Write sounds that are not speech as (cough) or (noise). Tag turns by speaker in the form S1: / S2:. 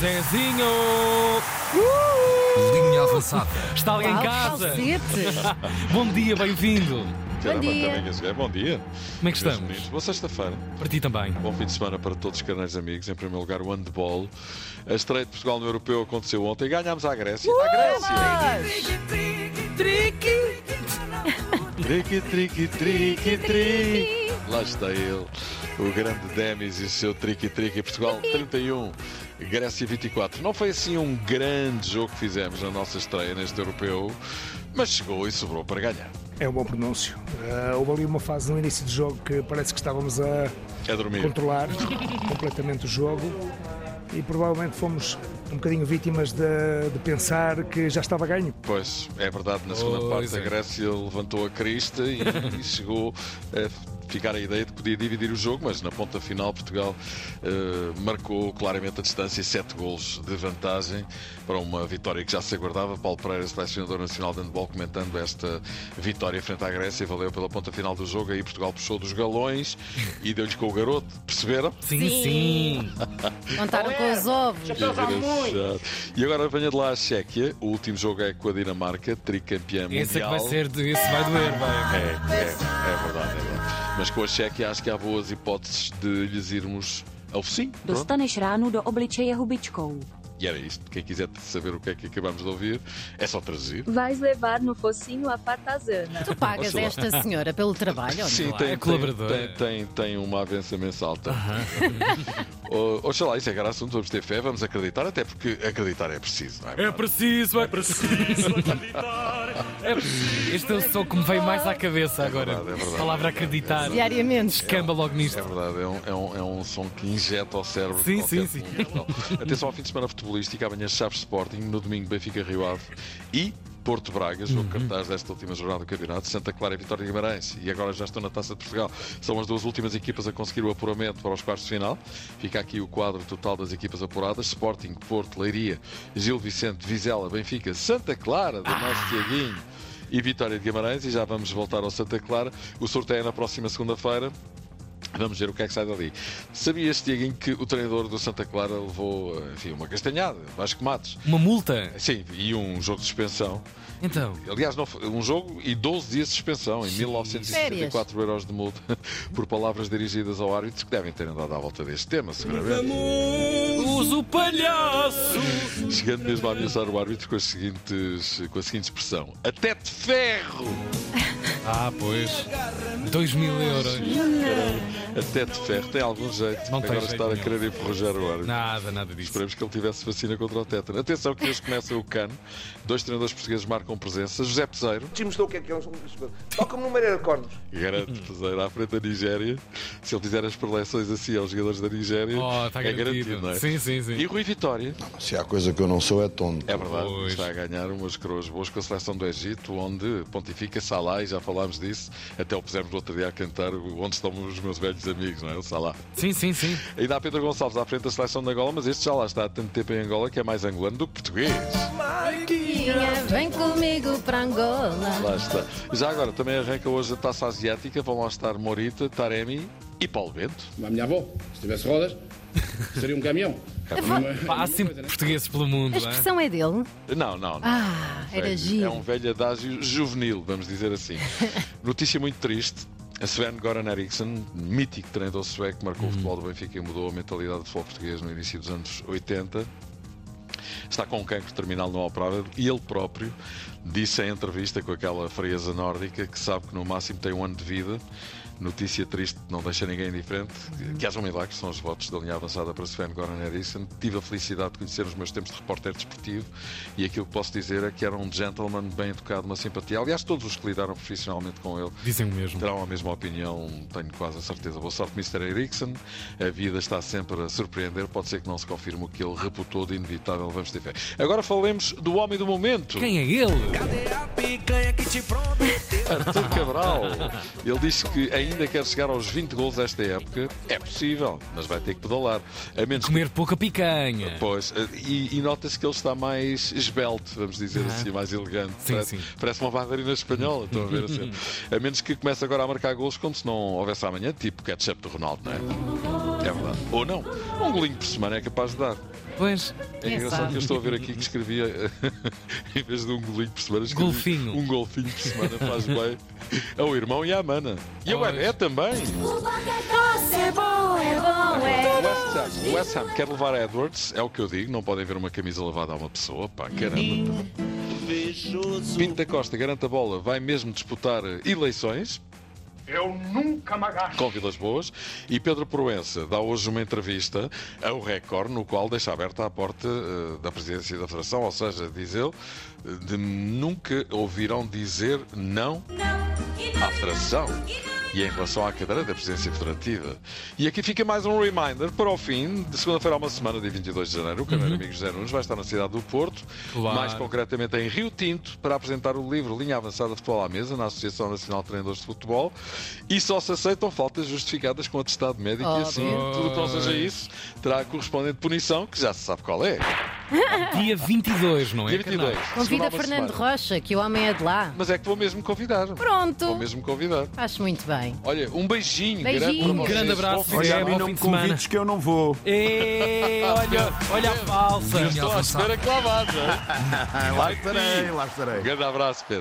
S1: Zezinho!
S2: Linha avançada.
S1: Está alguém em
S3: Uau,
S1: casa?
S3: calcetes.
S1: (laughs) Bom dia, bem-vindo!
S4: Que era
S3: Bom
S4: uma
S3: dia.
S4: também que se ganha. Bom dia.
S1: Como é que
S4: meus
S1: estamos?
S4: meninos. Boa sexta-feira.
S1: Para ti também.
S4: Bom fim de semana para todos os canais amigos. Em primeiro lugar, o handball. A estreia de Portugal no Europeu aconteceu ontem. Ganhámos à Grécia. à Grécia! Triqui, triqui, triqui, triqui. Lá está ele, o grande Demis e o seu triqui, triqui. Portugal 31, Grécia 24. Não foi assim um grande jogo que fizemos na nossa estreia neste Europeu, mas chegou e sobrou para ganhar.
S5: É um bom pronúncio. Ah, houve ali uma fase no início do jogo que parece que estávamos a
S4: É dormir.
S5: controlar completamente o jogo e provavelmente fomos um bocadinho vítimas de, de pensar que já estava ganho.
S4: Pois, é verdade, na segunda
S1: Pois
S4: parte
S1: é.
S4: a Grécia levantou a crista e, e
S1: (laughs)
S4: chegou a ficar a ideia de que podia dividir o jogo, mas na ponta final Portugal eh, marcou claramente a distância e sete golos de vantagem para uma vitória que já se aguardava. Paulo Pereira, selecionador nacional de handball, comentando esta vitória frente à Grécia, valeu pela ponta final do jogo, aí Portugal puxou dos galões e deu-lhe com o garoto, perceberam?
S1: Sim, sim!
S3: Contaram com os ovos.
S4: Engraçado. E agora venha de lá a Chequia, o último jogo é com a Dinamarca, tricampeã mundial.
S1: Esse é que vai ser, de- esse vai doer,
S4: É,
S1: vai.
S4: é, é verdade, é verdade. Mas com a Chequia acho que há boas hipóteses de lhes irmos ao fim.
S6: Dostaneš ránu do obličeje hubičkou.
S4: E era isto. Quem quiser saber o que é que acabamos de ouvir, é só traduzir.
S7: Vais levar no focinho a patazana.
S3: Tu pagas
S4: Olha lá.
S3: esta senhora pelo trabalho, ou não?
S4: Sim,
S1: lá, é
S4: tem, tem,
S1: colaborador.
S4: tem, tem, tem uma avança mensal. Tem. (laughs) Oh, Oxalá, isso é grande assunto, vamos ter fé, vamos acreditar, até porque acreditar é preciso, não é?
S1: É preciso, é preciso acreditar. É preciso. Este é o som que me veio mais à cabeça agora.
S4: verdade, é verdade.
S1: A palavra acreditar.
S3: Diariamente.
S1: Descamba logo
S4: É
S1: nisto.
S4: verdade, é um, é, um, é um som que injeta ao cérebro.
S1: Sim, sim,
S4: qualquer
S1: sim.
S4: função. Atenção ao fim de semana futebolística, amanhã Chaves Sporting, no domingo Benfica Rio Ave e Porto Braga,
S1: Uhum.
S4: jogo cartaz desta última jornada do campeonato, Santa Clara e Vitória de Guimarães e agora já estão na Taça de Portugal. São as duas últimas equipas a conseguir o apuramento para os quartos de final. Fica aqui o quadro total das equipas apuradas, Sporting, Porto, Leiria, Gil Vicente, Vizela, Benfica, Santa Clara, do
S1: Ah!
S4: nosso Tiaguinho e Vitória de Guimarães e já vamos voltar ao Santa Clara. O sorteio é na próxima segunda-feira. Vamos ver o que é que sai dali. Sabias, Tiaguinho, que o treinador do Santa Clara levou enfim, uma castanhada, Vasco Matos?
S1: Uma multa.
S4: Sim, e um jogo de suspensão.
S1: Então,
S4: Aliás, não foi- um jogo e 12 dias de suspensão, em 1974 euros de multa, (laughs) por palavras dirigidas ao árbitro, que devem ter andado à volta deste tema, seguramente.
S1: uso o palhaço.
S4: Chegando mesmo a ameaçar o árbitro com, as seguintes, com a seguinte expressão: Até de ferro!
S1: Ah, pois. 2 mil euros.
S4: Até de ferro, tem algum jeito.
S1: Não tem
S4: Agora
S1: jeito
S4: estar a
S1: nenhum.
S4: querer enferrujar o árbitro.
S1: Nada, nada disso.
S4: Esperemos que ele tivesse vacina contra o tétano. Atenção que hoje começa o cano. Dois treinadores portugueses marcam presença. José Peseiro,
S8: Diz-me se não quer que eu Toca-me no Maneira de Cornos.
S4: garante Peseiro, à frente da Nigéria. Se ele fizer as preleções assim aos jogadores da Nigéria,
S1: Oh, está
S4: é
S1: garantido.
S4: garantido, não é?
S1: Sim, sim, sim.
S4: E Rui Vitória,
S9: Se há coisa que eu não sou é tonto.
S4: é verdade,
S1: Pois.
S4: está a ganhar umas coroas boas com a seleção do Egito, onde pontifica Salah, e já falámos disso, até o pusemos no outro dia a cantar o Onde Estão os Meus Velhos Amigos, não é? O Salah.
S1: Sim, sim, sim.
S4: Ainda há Pedro Gonçalves à frente da seleção de Angola, mas este já lá está há tanto tempo em Angola que é mais angolano do que português.
S3: Minha, vem comigo para Angola.
S4: Lá está. Já agora também arranca hoje a taça asiática. Vão lá estar Morita, Taremi e Paulo Bento.
S10: A minha avó, se tivesse rodas, seria um caminhão.
S1: Pá, assim há sempre portugueses pelo mundo,
S3: A
S1: não é?
S3: expressão é dele?
S4: Não, não, não.
S3: Ah, era
S4: é um
S3: giro.
S4: velho adágio juvenil, vamos dizer
S3: (laughs)
S4: assim. Notícia muito triste. A Sven Goran Eriksson, mítico treinador sueco, que
S3: Hum.
S4: marcou o futebol do Benfica e mudou a mentalidade do futebol português no início dos anos 80. Está com um cancro terminal não operável e ele próprio disse em entrevista com aquela frieza nórdica que sabe que no máximo tem um ano de vida. Notícia triste, não deixa ninguém indiferente. Que haja um milagre, são os votos da linha avançada para Sven Goran Eriksson. Tive a felicidade de conhecer os meus tempos de repórter desportivo e aquilo que posso dizer é que era um gentleman bem educado, uma simpatia. Aliás, todos os que lidaram profissionalmente com ele
S1: Dizem o mesmo.
S4: terão a mesma opinião, tenho quase a certeza. Boa sorte, Mr. Eriksson. A vida está sempre a surpreender. Pode ser que não se confirme o que ele reputou de inevitável. Vamos ter fé. Agora falemos do homem do momento,
S1: Quem é ele?
S4: Artur Cabral. Ele disse que ainda quer chegar aos 20 gols esta época. É possível, mas vai ter que pedalar. A menos que
S1: Comer pouca picanha.
S4: Pois, eh, e, e nota-se que ele está mais esbelto, vamos dizer assim, mais elegante.
S1: Sim,
S4: parece,
S1: sim.
S4: parece uma bailarina espanhola, estou a ver
S1: (laughs)
S4: assim. A menos que comece agora a marcar gols como se não houvesse amanhã, tipo ketchup do Ronaldo, não é? É verdade. Ou não. Um golinho por semana é capaz de dar.
S1: Pois,
S4: É
S3: Quem
S4: engraçado
S3: sabe?
S4: que eu estou a ver aqui que escrevia, (laughs) em vez de um golinho por semana, escrevi
S1: Golfinho.
S4: um golfinho por semana faz
S1: (laughs)
S4: bem ao irmão e à mana. E ao
S1: Pois.
S4: Hebé também. O West Ham- O West Ham quer levar Edwards, é o que eu digo, não podem ver uma camisa lavada a uma pessoa, pá, caramba. Pinto da Costa garante a bola, vai mesmo disputar eh, eleições. Eu nunca me agacho. Com Vilas Boas. E Pedro Proença dá hoje uma entrevista ao Record, no qual deixa aberta a porta eh, da presidência da Federação, ou seja, diz ele, eh, de nunca ouvirão dizer não à Federação e em relação à cadeira da presidência federativa. E aqui fica mais um reminder para o fim, de segunda-feira a uma semana, dia 22 de janeiro, o Carneiro Amigos José Nunes vai estar na cidade do Porto,
S1: Claro.
S4: mais concretamente em Rio Tinto, para apresentar o livro Linha Avançada de Futebol à Mesa, na Associação Nacional de Treinadores de Futebol, e só se aceitam faltas justificadas com atestado médico e
S3: Óbvio.
S4: assim, tudo o que não seja isso, terá a correspondente punição, que já se sabe qual é.
S1: dia 22, não é?
S4: Dia 22.
S1: carnal?
S4: segunda a
S3: Convida
S4: uma
S3: Fernando
S4: semana.
S3: Rocha, que o homem é de lá.
S4: Mas é que vou mesmo convidar.
S3: Pronto.
S4: Vou mesmo convidar.
S3: Acho muito bem.
S4: Olha, um beijinho, grande
S3: Beijinho.
S4: para
S3: Um
S4: vocês.
S1: grande abraço.
S4: Bom fim de
S1: Olha,
S4: semana.
S1: a mim não me convides
S2: que eu não vou.
S1: Ei, olha, olha a falsa.
S4: Eu estou à espera que lá vás, não
S2: (laughs)
S4: é?
S2: lá estarei, lá estarei.
S4: Grande abraço, Pedro.